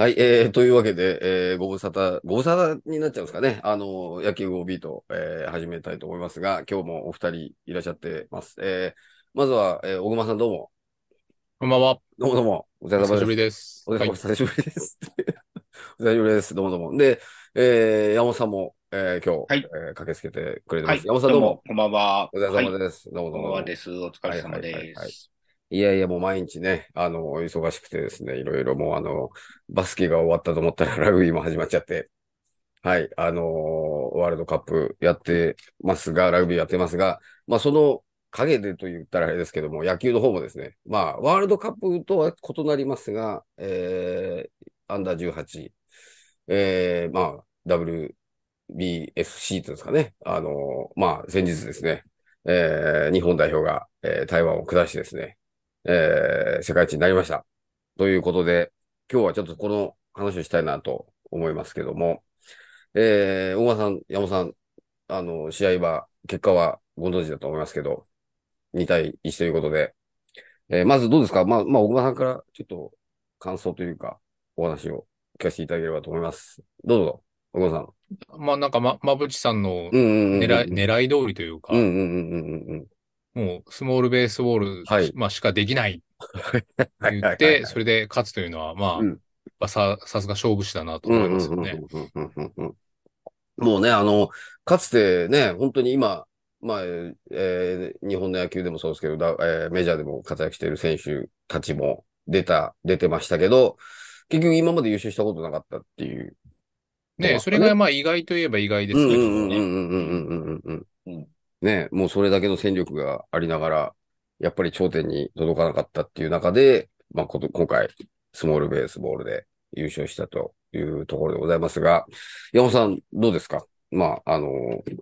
はい、えー、と いうわけで、えー、ご無沙汰、ご無沙汰になっちゃうんですかね。あの、野球 OB と、えー、始めたいと思いますが、今日もお二人いらっしゃってます。えー、まずは、えー、小熊さんどうも。こんばんは。どうもどうも。お疲れお様で久しぶす。りです。おはい。よ久しぶりです。 お久しぶりです。どうもどうも。で、えー、山本さんも、えー、今日、はいえー駆けつけてくれてはまい、す。山本さんどうも。。こんばんは。お疲はいれ様です。どうもどこうんもどばんうもはです。お疲れはいは様いではいはいす。いやいや、もう毎日ね、あの、忙しくてですね、いろいろもうあの、バスケが終わったと思ったら ラグビーも始まっちゃって、はい、あのーワールドカップやってますが、ラグビーやってますが、まあその陰でと言ったらあれですけども、野球の方もですね、まあワールドカップとは異なりますが、えー、アンダー18、えー、まあ WBFC というんですかね、あのーまあ先日ですね、えー、日本代表が、えー台湾を下してですね、えー世界一になりました。ということで、今日はちょっとこの話をしたいなと思いますけども、えー、小川さん、山本さん、あの、試合は、結果はご存知だと思いますけど、2対1ということで、えーまずどうですかまあ、まあ、小川さんからちょっと感想というか、お話を聞かせていただければと思います。どうぞ、小川さん。まあなんか、ま、まぶちさんのうんうんうんうん。狙い、狙い通りというかうん、うんうんうんうんうん。もうスモールベースボール、はいまあしかできないはってい言はっいはいて、それで勝つというのは、まあ、うんまあさ、さすが勝負師だなとうん思ういんうまんすよね。うんうんうんうんうんもうね、あの、かつてね、本当に今、まあ、えー日本の野球でもそうですけど、だえーメジャーでも活躍している選手たちも出た、出てましたけど、結局今まで優勝したことなかったっていう。ねうんそれがまあ意外といえば意外ですけどうんうんうね。んうんうんうんうんうんううんん。ね、もうそれだけの戦力がありながら、やっぱり頂点に届かなかったっていう中で、まあ、こと今回、スモールベースボールで優勝したというところでございますが、山本さん、どうですかまあ、あの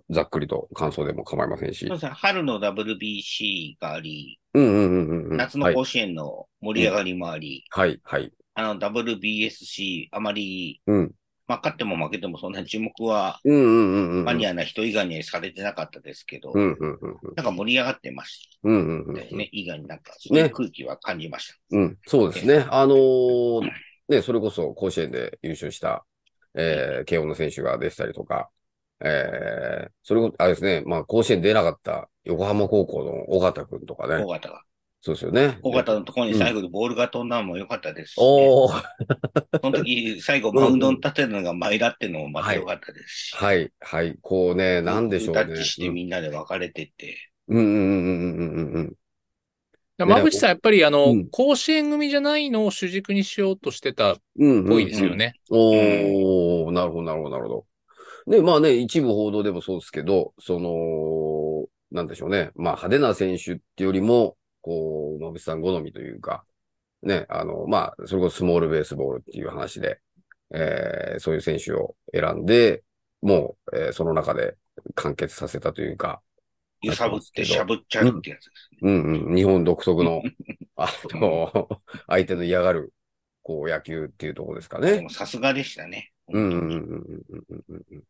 ざっくりと感想でも構いませんしそう。ですね春の WBC があり、うんうんうんうんうん。夏の甲子園の盛り上がりもあり、はい、はい、はい。あの WBSC、あまり、うん。まあ、勝っても負けてもそんな注目は、うんうんうんうん。マニアな人以外にはされてなかったですけど、うんうんうんなんか盛り上がってましうん。うんうんうんたうんよね。以外になんか、そういう空気は感じました。うん、そうですね。あのーね、それこそ甲子園で優勝した、えー、慶応の選手が出てたりとか、えー、それこそ、あれですね、まあ、甲子園出なかった横浜高校の尾形くんとかね尾、形が。そうですよね。尾形のところに最後にボールが飛んだのも良かったですし、ねおー、その時最後マウンドに立てるのが前だってのもまた良かったですし。はい、はい、こうね、なんでしょうね。タッチしてみんなで別れてって。うんうんうんうんうんうんうん。だからまぶちさんやっぱりあうのん、甲子園組じゃないのを主軸にしようとしてたっうん、うん。ぽいですよね。おー、なるほど、なるほど、なるほど。で、まあね、一部報道でもそうですけど、その、なんでしょうね。まあ派手な選手ってよりも、こう、馬渕さん好みというか、ね、あの、まあ、それこそスモールベースボールっていう話で、えーそういう選手を選んで、もう、えーその中で完結させたというか、揺さぶってしゃぶっちゃうってやつですうね。んうん、日本独特の、あの、相手の嫌がる、こう、野球っていうところですかねで。もさすがでしたね。うんうんうんうんうんうんうん。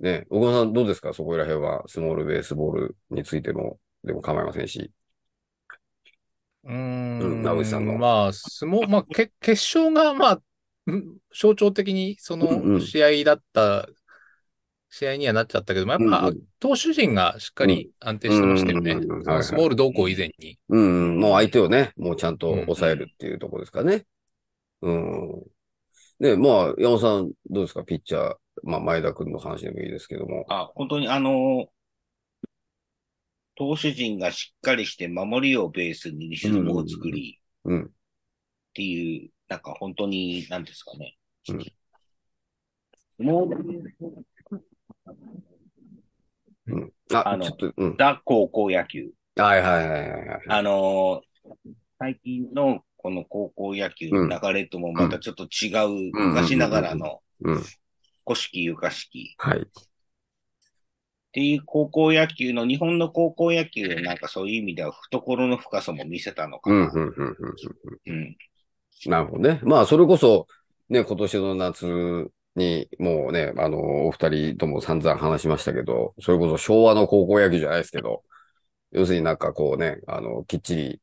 ね小川さんどうですかそこら辺は、スモールベースボールについても、でも構いませんし。うーうんん名越さんのまあ、相撲、まあ、け決勝が、まあ、うん象徴的にそうんうんの試合だった、試合にはなっちゃったけど、まあ、やっぱ、投手陣がしっかり安定してましたよねうんうんうんうん。そのスモール動向以前に。うん、うん、もう相手をね、もうちゃんと抑えるっていうところですかね。うん。ねまあ、山本さんどうですかピッチャー、まあ、前田君の話でもいいですけども。あ、本当にあの、投手陣がしっかりして守りをベースにリズムを作りうん。っていう、なんか本当に、なんですかね。うんもう、うん。あ、あのちょっと、うん。だ高校野球。はいはいはいはいはい。あの最近のこの高校野球の流れともまたちょっと違う、うん昔ながらのうん。古式ゆか式っはい。ていう高校野球の、日本の高校野球のなんかそういう意味では懐の深さも見せたのかうな。ん、うん、うん、うん。うんなるほどね。まあ、それこそ、ね、今年の夏に、もうね、あの、お二人とも散々話しましたけど、それこそ昭和の高校野球じゃないですけど、要するになんかこうね、あの、きっち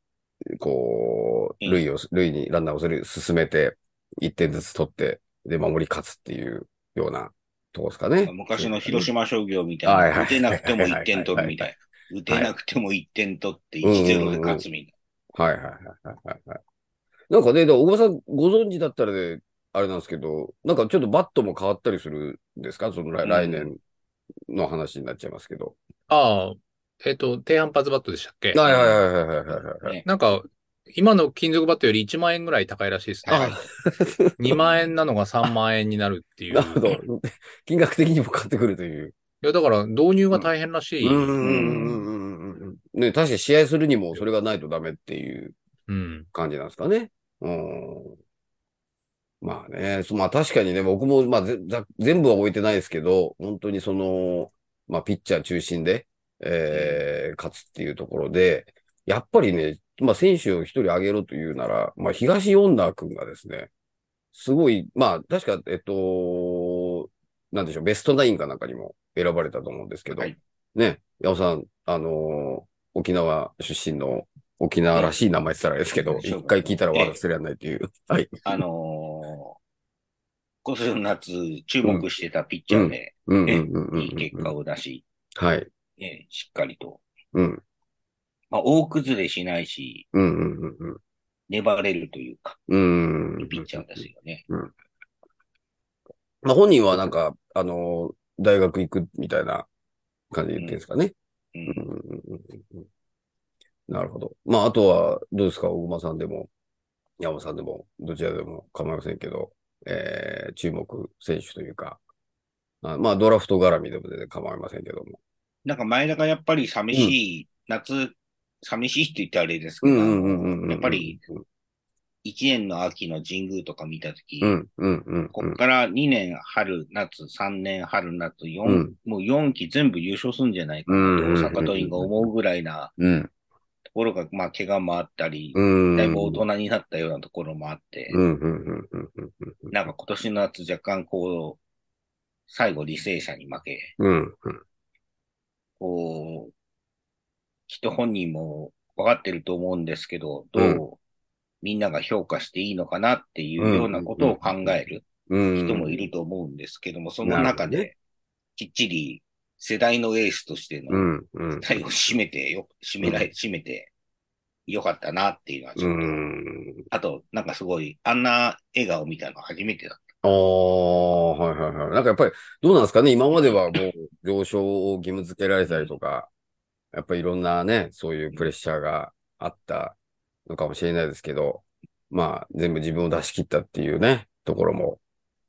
り、こう、うん塁を、塁にランナーをする、進めて、 1点ずつ取って、で、守り勝つっていうようなとこですかね。昔の広島商業みはたいいはいな、打てなくても1点取るみたいな。打てなくても1点取って1-0で勝つみたいな。はいはいはいはいはいはい。なんかね、でも小川さんご存知だったらで、あれなんですけど、なんかちょっとバットも変わったりするんですかその来,、うん来年の話になっちゃいますけど。ああ、えっと、低反発バットでしたっけはいはいはいはいはいはいはい。ねなんか、今の金属バットより1万円ぐらい高いらしいですね。 はい2万円なのが3万円になるっていう。なるほど。金額的にも変わってくるという。いや、だから導入が大変らしい。うんうんうんうんうんうん。ね、確かに試合するにもそれがないとダメっていううん。感じなんですかね。うん。まあね、そまあ確かにね、僕も、まあぜざ全部は置いてないですけど、本当にその、まあピッチャー中心で、えー、勝つっていうところで、やっぱりね、まあ選手を一人挙げろというなら、まあ東恩納君がですね、すごい、まあ確か、えっと、なんでしょう、ベストナインかなんかにも選ばれたと思うんですけど、はいね、八尾さん、あのー沖縄出身の沖縄らしい名前って言ったらあれですけど、そう一回聞いたら忘れられないという。はい。あのー、今年の夏、注目してたピッチャーで、うんうんねうんうんいい結果を出し、はい。ね、しっかりと。うん。まあ、大崩れしないし、うんうんうんうん。粘れるというか、うんうん。ピッチャーですよね。まあ本人はなんか、あのー大学行くみたいな感じで言ってるんですかね。ううんんうんうんうんうんなるほど。まあ、あとは、どうですか、小熊さんでも、山本さんでも、どちらでも構いませんけど、えー、注目選手というか、あまあ、ドラフト絡みでも全然構いませんけども。なんか前田がやっぱり寂しい、夏、寂しいって言ってあれですけど、やっぱり、1年の秋の神宮とか見たとき、うん、うん、うん、こうっん。から2年春夏、3年春夏、4、うんもう4期全部優勝するんじゃないかなって、うん大阪桐蔭が思うぐらいなうん、ところが、まあ、怪我もあったり、うん。だいぶ大人になったようなところもあって、うん、うん、うん、うん、うんなんか今年の夏若干こう、最後履正社に負け、うん、うん。こう、きっと本人も分かってると思うんですけど、どう、うんみんなが評価していいのかなっていうようなことを考えるうん。人もいると思うんですけども、その中なで、きっちり世代のエースとしてうのん、うん。世代を締めてよ、締められ、締めてよかったなっていうのはちうょっと、ん。あと、なんかすごい、あんな笑顔見たの初めてだっああ、はいはいはい。なんかやっぱり、どうなんですかね、今までは もう上昇を義務付けられたりとか、やっぱりいろんなね、そういうプレッシャーがあったのかもしれないですけど、まあ、全部自分を出し切ったっていうね、ところも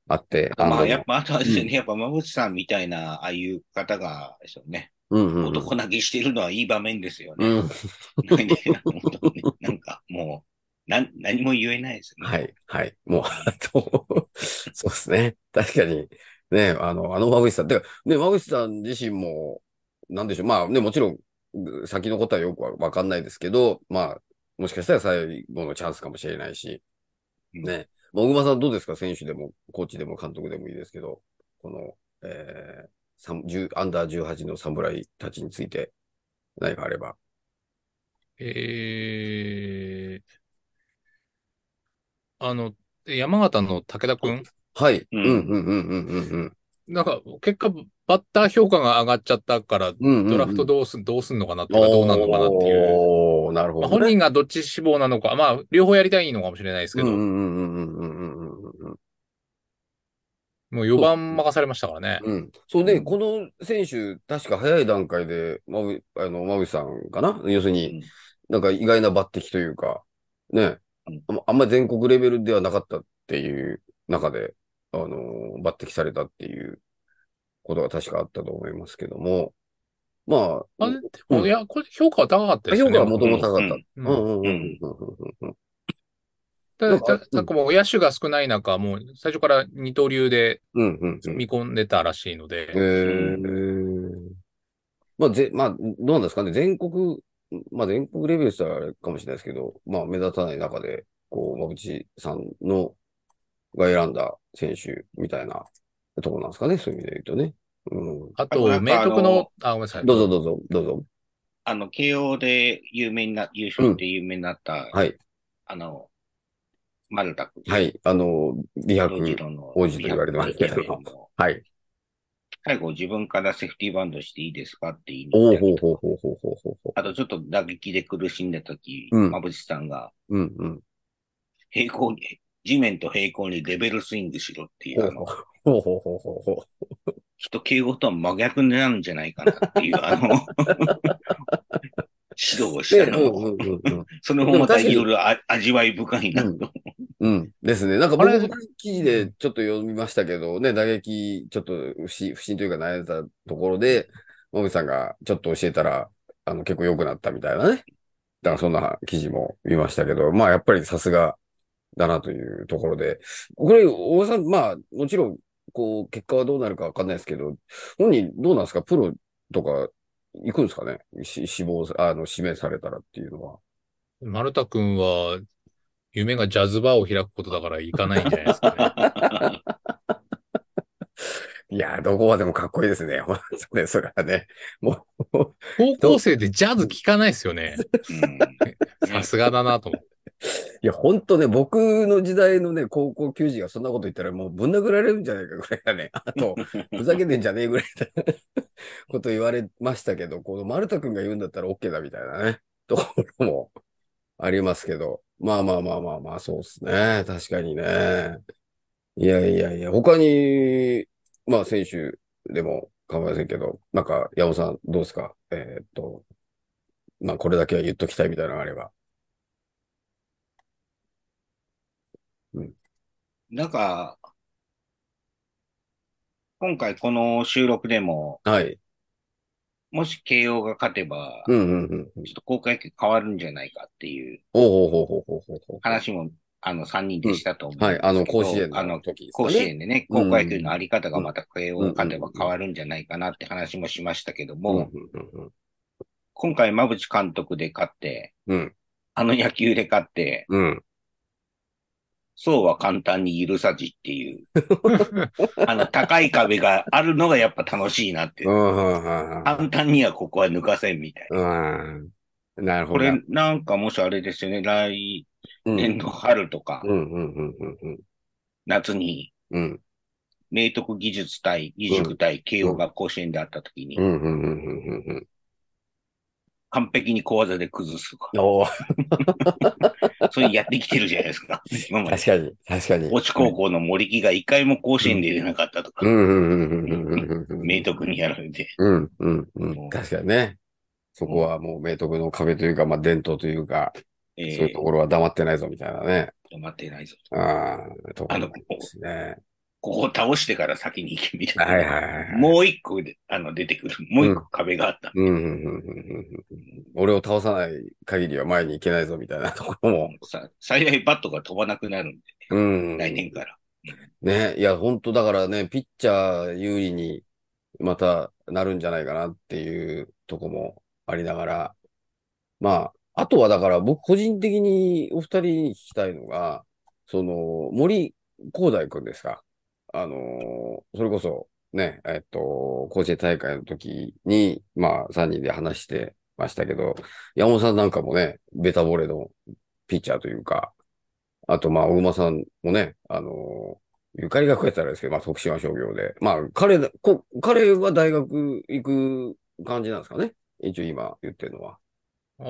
あって、た。まあ、のやっぱ、あとはですね、やっぱ、馬渕さんみたいな、ああいう方が、ですよね、うんうんうん、男泣きしてるのはいい場面ですようん、ね。なんで本当にねなんか、もう、なん、何も言えないですね。はい、はい。もう、 あと、そうですね。確かに、ね、あの、あの馬口さん。てか、ね、馬口さん自身も、なんでしょう。まあね、もちろん、う先のことはよくわかんないですけど、まあ、もしかしたら最後のチャンスかもしれないし、うんね。まあ、小熊さんどうですか選手でも、コーチでも、監督でもいいですけど、この、えー、サム10アンダー18の侍たちについて、何かあれば。えー、あの、山形の武田くん、はい。う、うんんうん、うん、うん、うん、うん。なんか、結果、バッター評価が上がっちゃったから、うんうんうんドラフトどうす、どうすんのかなっていうか、どうなんのかなっていう。おーなるほまあ、ど、本人がどっち志望なのか、まあ、両方やりたいのかもしれないですけうど、んうんうもんうんうんうんうんうんう4番任されましたからね。うん。そうね、この選手、確か早い段階で、まう、あの、まうさんかな要するに、なんか意外な抜擢というか、ねうん、あんあんまり全国レベルではなかったっていう中で、あのー、抜擢されたっていうことが確かあったと思いますけども、まあ、あれ、でうも、んいや、これ評価は高かったです評よね。価はもともと高かった。ううんううんんうんうんううんんうんたなだ、んかたなんかもう、野手が少ない中、もう最初から二刀流でうんうんうん。見込んでたらしいので、えーまあ、ぜ、まあ、どうなんですかね。全国、まあ、全国レベルしたらあれかもしれないですけど、まあ、目立たない中で、こう、馬淵さんの、が選んだ選手みたいなところなんですかね。そういう意味で言うとね。うん。ああとなと、んか明あの徳の、あ、ごめんなさい。どうぞどうぞ、どうぞ。あの、慶応で有名にな、優勝で有名になった、はい。あの、丸田君。。はいい。あの、ジ200、ロの王子と言われてますけど200はい。最後自分からセーフティーバンドしていいですかって言いにお行おったりほうとかほうほうほうほうほうほあとちょっと打撃で苦しんだ時、うんまぶしさんがう。うんうん。平行に、地面と平行にレベルスイングしろっていう、あの、ほうほうほうほうほう。きっと敬語とは真逆になるんじゃないかなっていう、あの、 指導をしたのを、うんうんうんそれもまたいろいろあ味わい深いなと。うんうん。ですね。なんか僕あれも記事でちょっと読みましたけどね、打撃、ちょっと不審不審というか悩んだところで、野口さんがちょっと教えたら、あの、結構良くなったみたいなね。だからそんな記事も見ましたけど、まあやっぱりさすがだなというところで。これ、大場さん、まあ、もちろん、こう、結果はどうなるかわかんないですけど、本人どうなんですかプロとか行くんですかねし死亡、あの、指名されたらっていうのは。丸田くんは、夢がジャズバーを開くことだから行かないんじゃないですかね。いやー、どこまでもかっこいいですね。 まあそうね、それはね。もう、 高校生でジャズ聴かないですよね。うんさすがだなと思って。いや、ほんとね、僕の時代のね、高校球児がそんなこと言ったらもうぶん殴られるんじゃないかぐらいだね。 あと、ふざけてんじゃね えぐらいだこと言われましたけど、この丸田くんが言うんだったら OK だみたいなね、 ところもありますけど。まあまあまあまあまあ、そうですね。確かにね。いやいやいや、他に、まあ選手でも構いませんけど、なんか、山本さんどうですかえーっと、まあこれだけは言っときたいみたいなのがあれば。なんか、今回この収録でも、はい。もし慶応が勝てば、ちうょんうんうんうん。っと公開変わるんじゃないかっていうおうほうほうほうほうほう。話も、あの、3人でしたと思うんはい、あの、ですけど甲子園あのの、時ですか甲ね。子園でね、うん高校野球のあり方がまた慶応が勝てば変わるんじゃないかなって話もしましたけどうんうも、んうん今回馬淵監督で勝って、うん。あの野球で勝って、うん。うん。そうは簡単に許さじっていう、あの、高い壁があるのがやっぱ楽しいなってう。んうん簡単にはここは抜かせんみたいな。うん。うん。なるほこど。れなんかもしあれですよね、来うん、年の春とかうんうんうんうんうん。夏に、うん。明徳義塾対義塾対慶応が甲子園であった時にう、んうんうんうんうんうん。完璧に小技で崩すとか、おーそういうやってきてるじゃないですか。今まで確。かに、確かに。越智高校の森木が一回も甲子園で出なかったとうか、んうんうんうんうんうんうん。明徳にやられて。うんうんうん。確かにね。そこはもう明徳の壁というか、まあ伝統というか、えそうーいうところは黙ってないぞみたいなね。待ってないぞ。ああ、ところあのですね。ここを倒してから先に行けみたいな。はいはいはい。もう一個であの出てくる。もう一個壁があった。うんうんうんうんうんうん俺を倒さない限りは前に行けないぞみたいなところも。さ幸いバットが飛ばなくなるんで、うん。来年から。ね。いや、本当だからね、ピッチャー有利にまたなるんじゃないかなっていうとこもありながら。まあ、あとはだから僕個人的にお二人に聞きたいのが、その森光大君ですか。あのーそれこそね、えっと、甲子園大会の時に、まあ3人で話してましたけど、山本さんなんかもね、ベタボレのピッチャーというか、あとまあ、大馬さんもね、あのーゆかりが増えたらですけど、まあ、徳島商業で。まあ、彼だ、こ、彼は大学行く感じなんですかね一応今言ってるのは。ああ、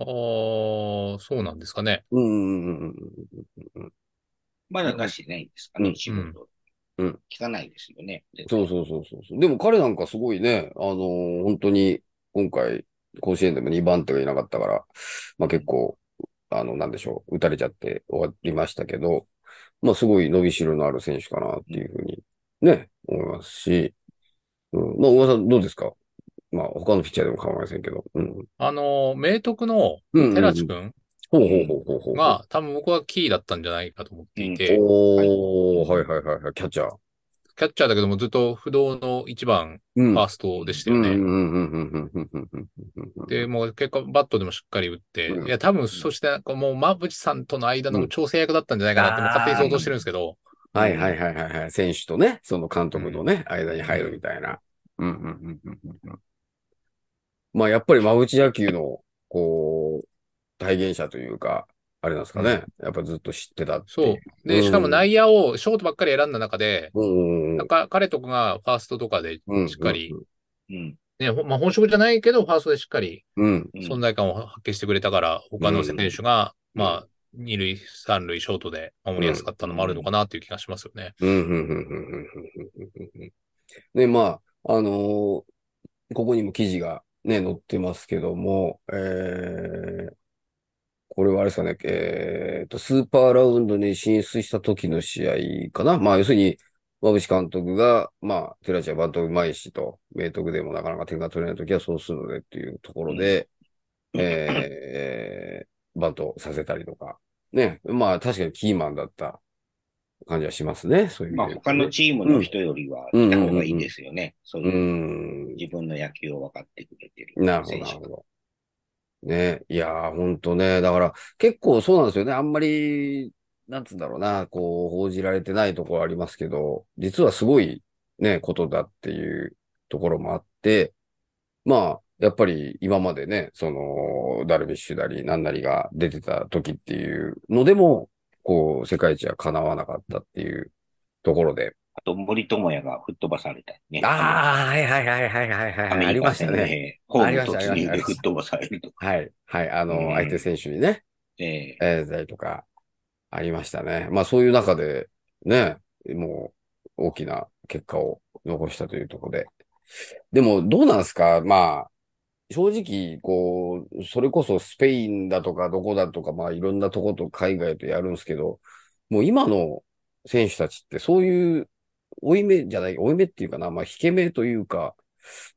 そうなんですかね。うんうんうんうん。まだ出してないんですかね、うん仕事。うん聞かないですよね。でそうそうそうそうそう。でも彼なんかすごいね、あのー本当に今回、甲子園でも2番手がいなかったから、まあ結構、あの、なんでしょう、打たれちゃって終わりましたけど、まあすごい伸びしろのある選手かなっていうふうにね、思いますし、うん、まあ、小川さんどうですかまあ他のピッチャーでも構いませんけど。うん。あの、明徳のうんうんうん寺地くんほうほうほうほうほう。が、多分僕はキーだったんじゃないかと思っていて、おー、はいはいはいはい、キャッチャー。キャッチャーだけどもずっと不動の1番、うん。ファーストでしたうよんうんね。うんうんうんうんうんうんうんうん。で、もう結構バットでもしっかり打って、うんいや、多分、そして、こうもう、馬淵さんとの間の調整役だったんじゃないかなって、もう勝手に想像してるんですけど、はいはいはいはいはい。選手とね、その監督のね、間に入るみたいな。うんうんうんうんうんうん。まあやっぱり間口野球の、こう、体現者というか、あれなんですかね。やっぱずっと知ってたっていそう。で、しかも内野をショートばっかり選んだ中で、う。うんうんなんか彼とかがファーストとかで、うん。しっかり、うん。ね、ほまあ、本職じゃないけど、ファーストでしっかりうん。うん存在感を発揮してくれたから、他の選手が、うんまあ、二塁、三塁、ショートで守りやすかったのもあるのかなっていう気がしますよね。うん、うん、うん、うん、うん、うん。 で、まあ、あのーここにも記事がね、載ってますけども、えー、これはあれですかね、えーと、スーパーラウンドに進出した時の試合かな。まあ、要するに、馬淵監督が、まあ、寺地はバントうまいしと、明徳でもなかなか点が取れない時はそうするのでっていうところで、えー、バントさせたりとか。ね。まあ、確かにキーマンだった感じはしますね。そういう意まあ味で他のチームの人よりは、いた方がいいですよね。そうう。いうん自分の野球を分かってくれてるなるほど、選な手るほど。ね、いやー、ほんとね、だから、結構そうなんですよね。あんまり、なんつうんだろうな、こう、報じられてないところありますけど、実はすごい、ね、ことだっていうところもあって、まあ、やっぱり今までね、その、ダルビッシュなり、なんなりが出てた時っていうのでも、こう、世界一は叶わなかったっていうところで。あと森友哉が吹っ飛ばされたりね。ああ、はいはいはいはいはいはい、アメあリりカました戦ね。で、ホームありました突あり入ましたで吹っ飛ばされるとか。はい、はい、あの、うん相手選手にね、えええー、たりとか、ありましたね。まあそういう中で、ね、もう大きな結果を残したというところで。でもどうなんですかまあ、正直、こう、それこそスペインだとかどこだとか、まあいろんなとこと海外とやるんですけど、もう今の選手たちってそういう、追い目じゃない、追い目っていうかな、まあ引け目というか、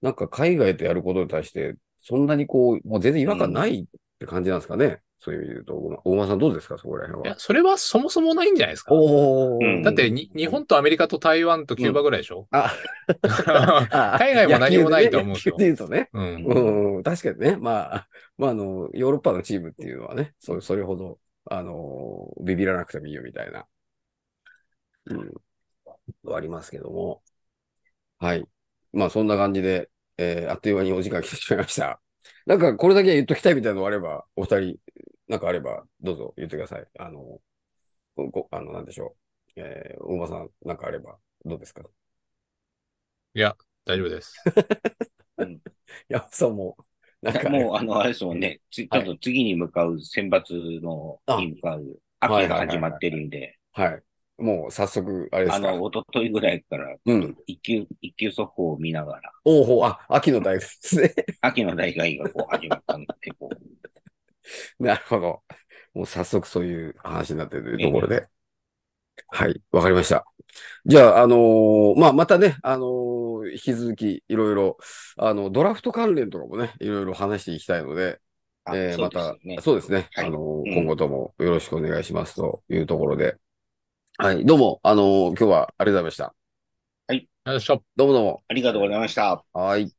なんか海外とやることに対して、そんなにこう、もう全然違和感ないって感じなんですかね。そういう意味で言うと、大間大間さんどうですかそこら辺いやは。、それはそもそもないんじゃないですか。おーだってに、日本とアメリカと台湾とキューバぐらいでしょ、あ、海外も何もないと思うんですよ野球でね野球で言うとね。 うん、うんうん、確かにね。まあ、まあ、あの、ヨーロッパのチームっていうのはね、そそれほど、あの、ビビらなくてもいいよみたいな、うん、ありますけども。はい。まあ、そんな感じで、えーあっという間にお時間来てしまいました。なんか、これだけは言っときたいみたいなのあれば、お二人、なんかあれば、どうぞ言ってください。あの、ごご、あの、なんでしょう。えー、大間さん、なんかあれば、どうですか 大丈夫です。うん山本さんも、なんかあればもう、あの、あれですもんね。つちょっと次に向かう、選抜のあに向かう、はい秋はがいはいはい始まってるんで、はい。もう早速、あれであすか。の、一昨日ぐらいから、うん。一級、一級速報を見ながら、おうほう、あ、秋の大学ですね。 秋の大会がこう始まったんで、こう、なるほど。もう早速そういう話になってるというところで。はい、わかりました。じゃあ、あのーまあ、またね、あのー引き続き、いろいろ、あの、ドラフト関連とかもね、いろいろ話していきたいので、あえーそうまですたよね、そうですね。はいあのー、ん今後ともよろしくお願いしますというところで。はい、どうも、あのー今日はありがとうございました。よいしょ。どうもどうも。ありがとうございました。はい。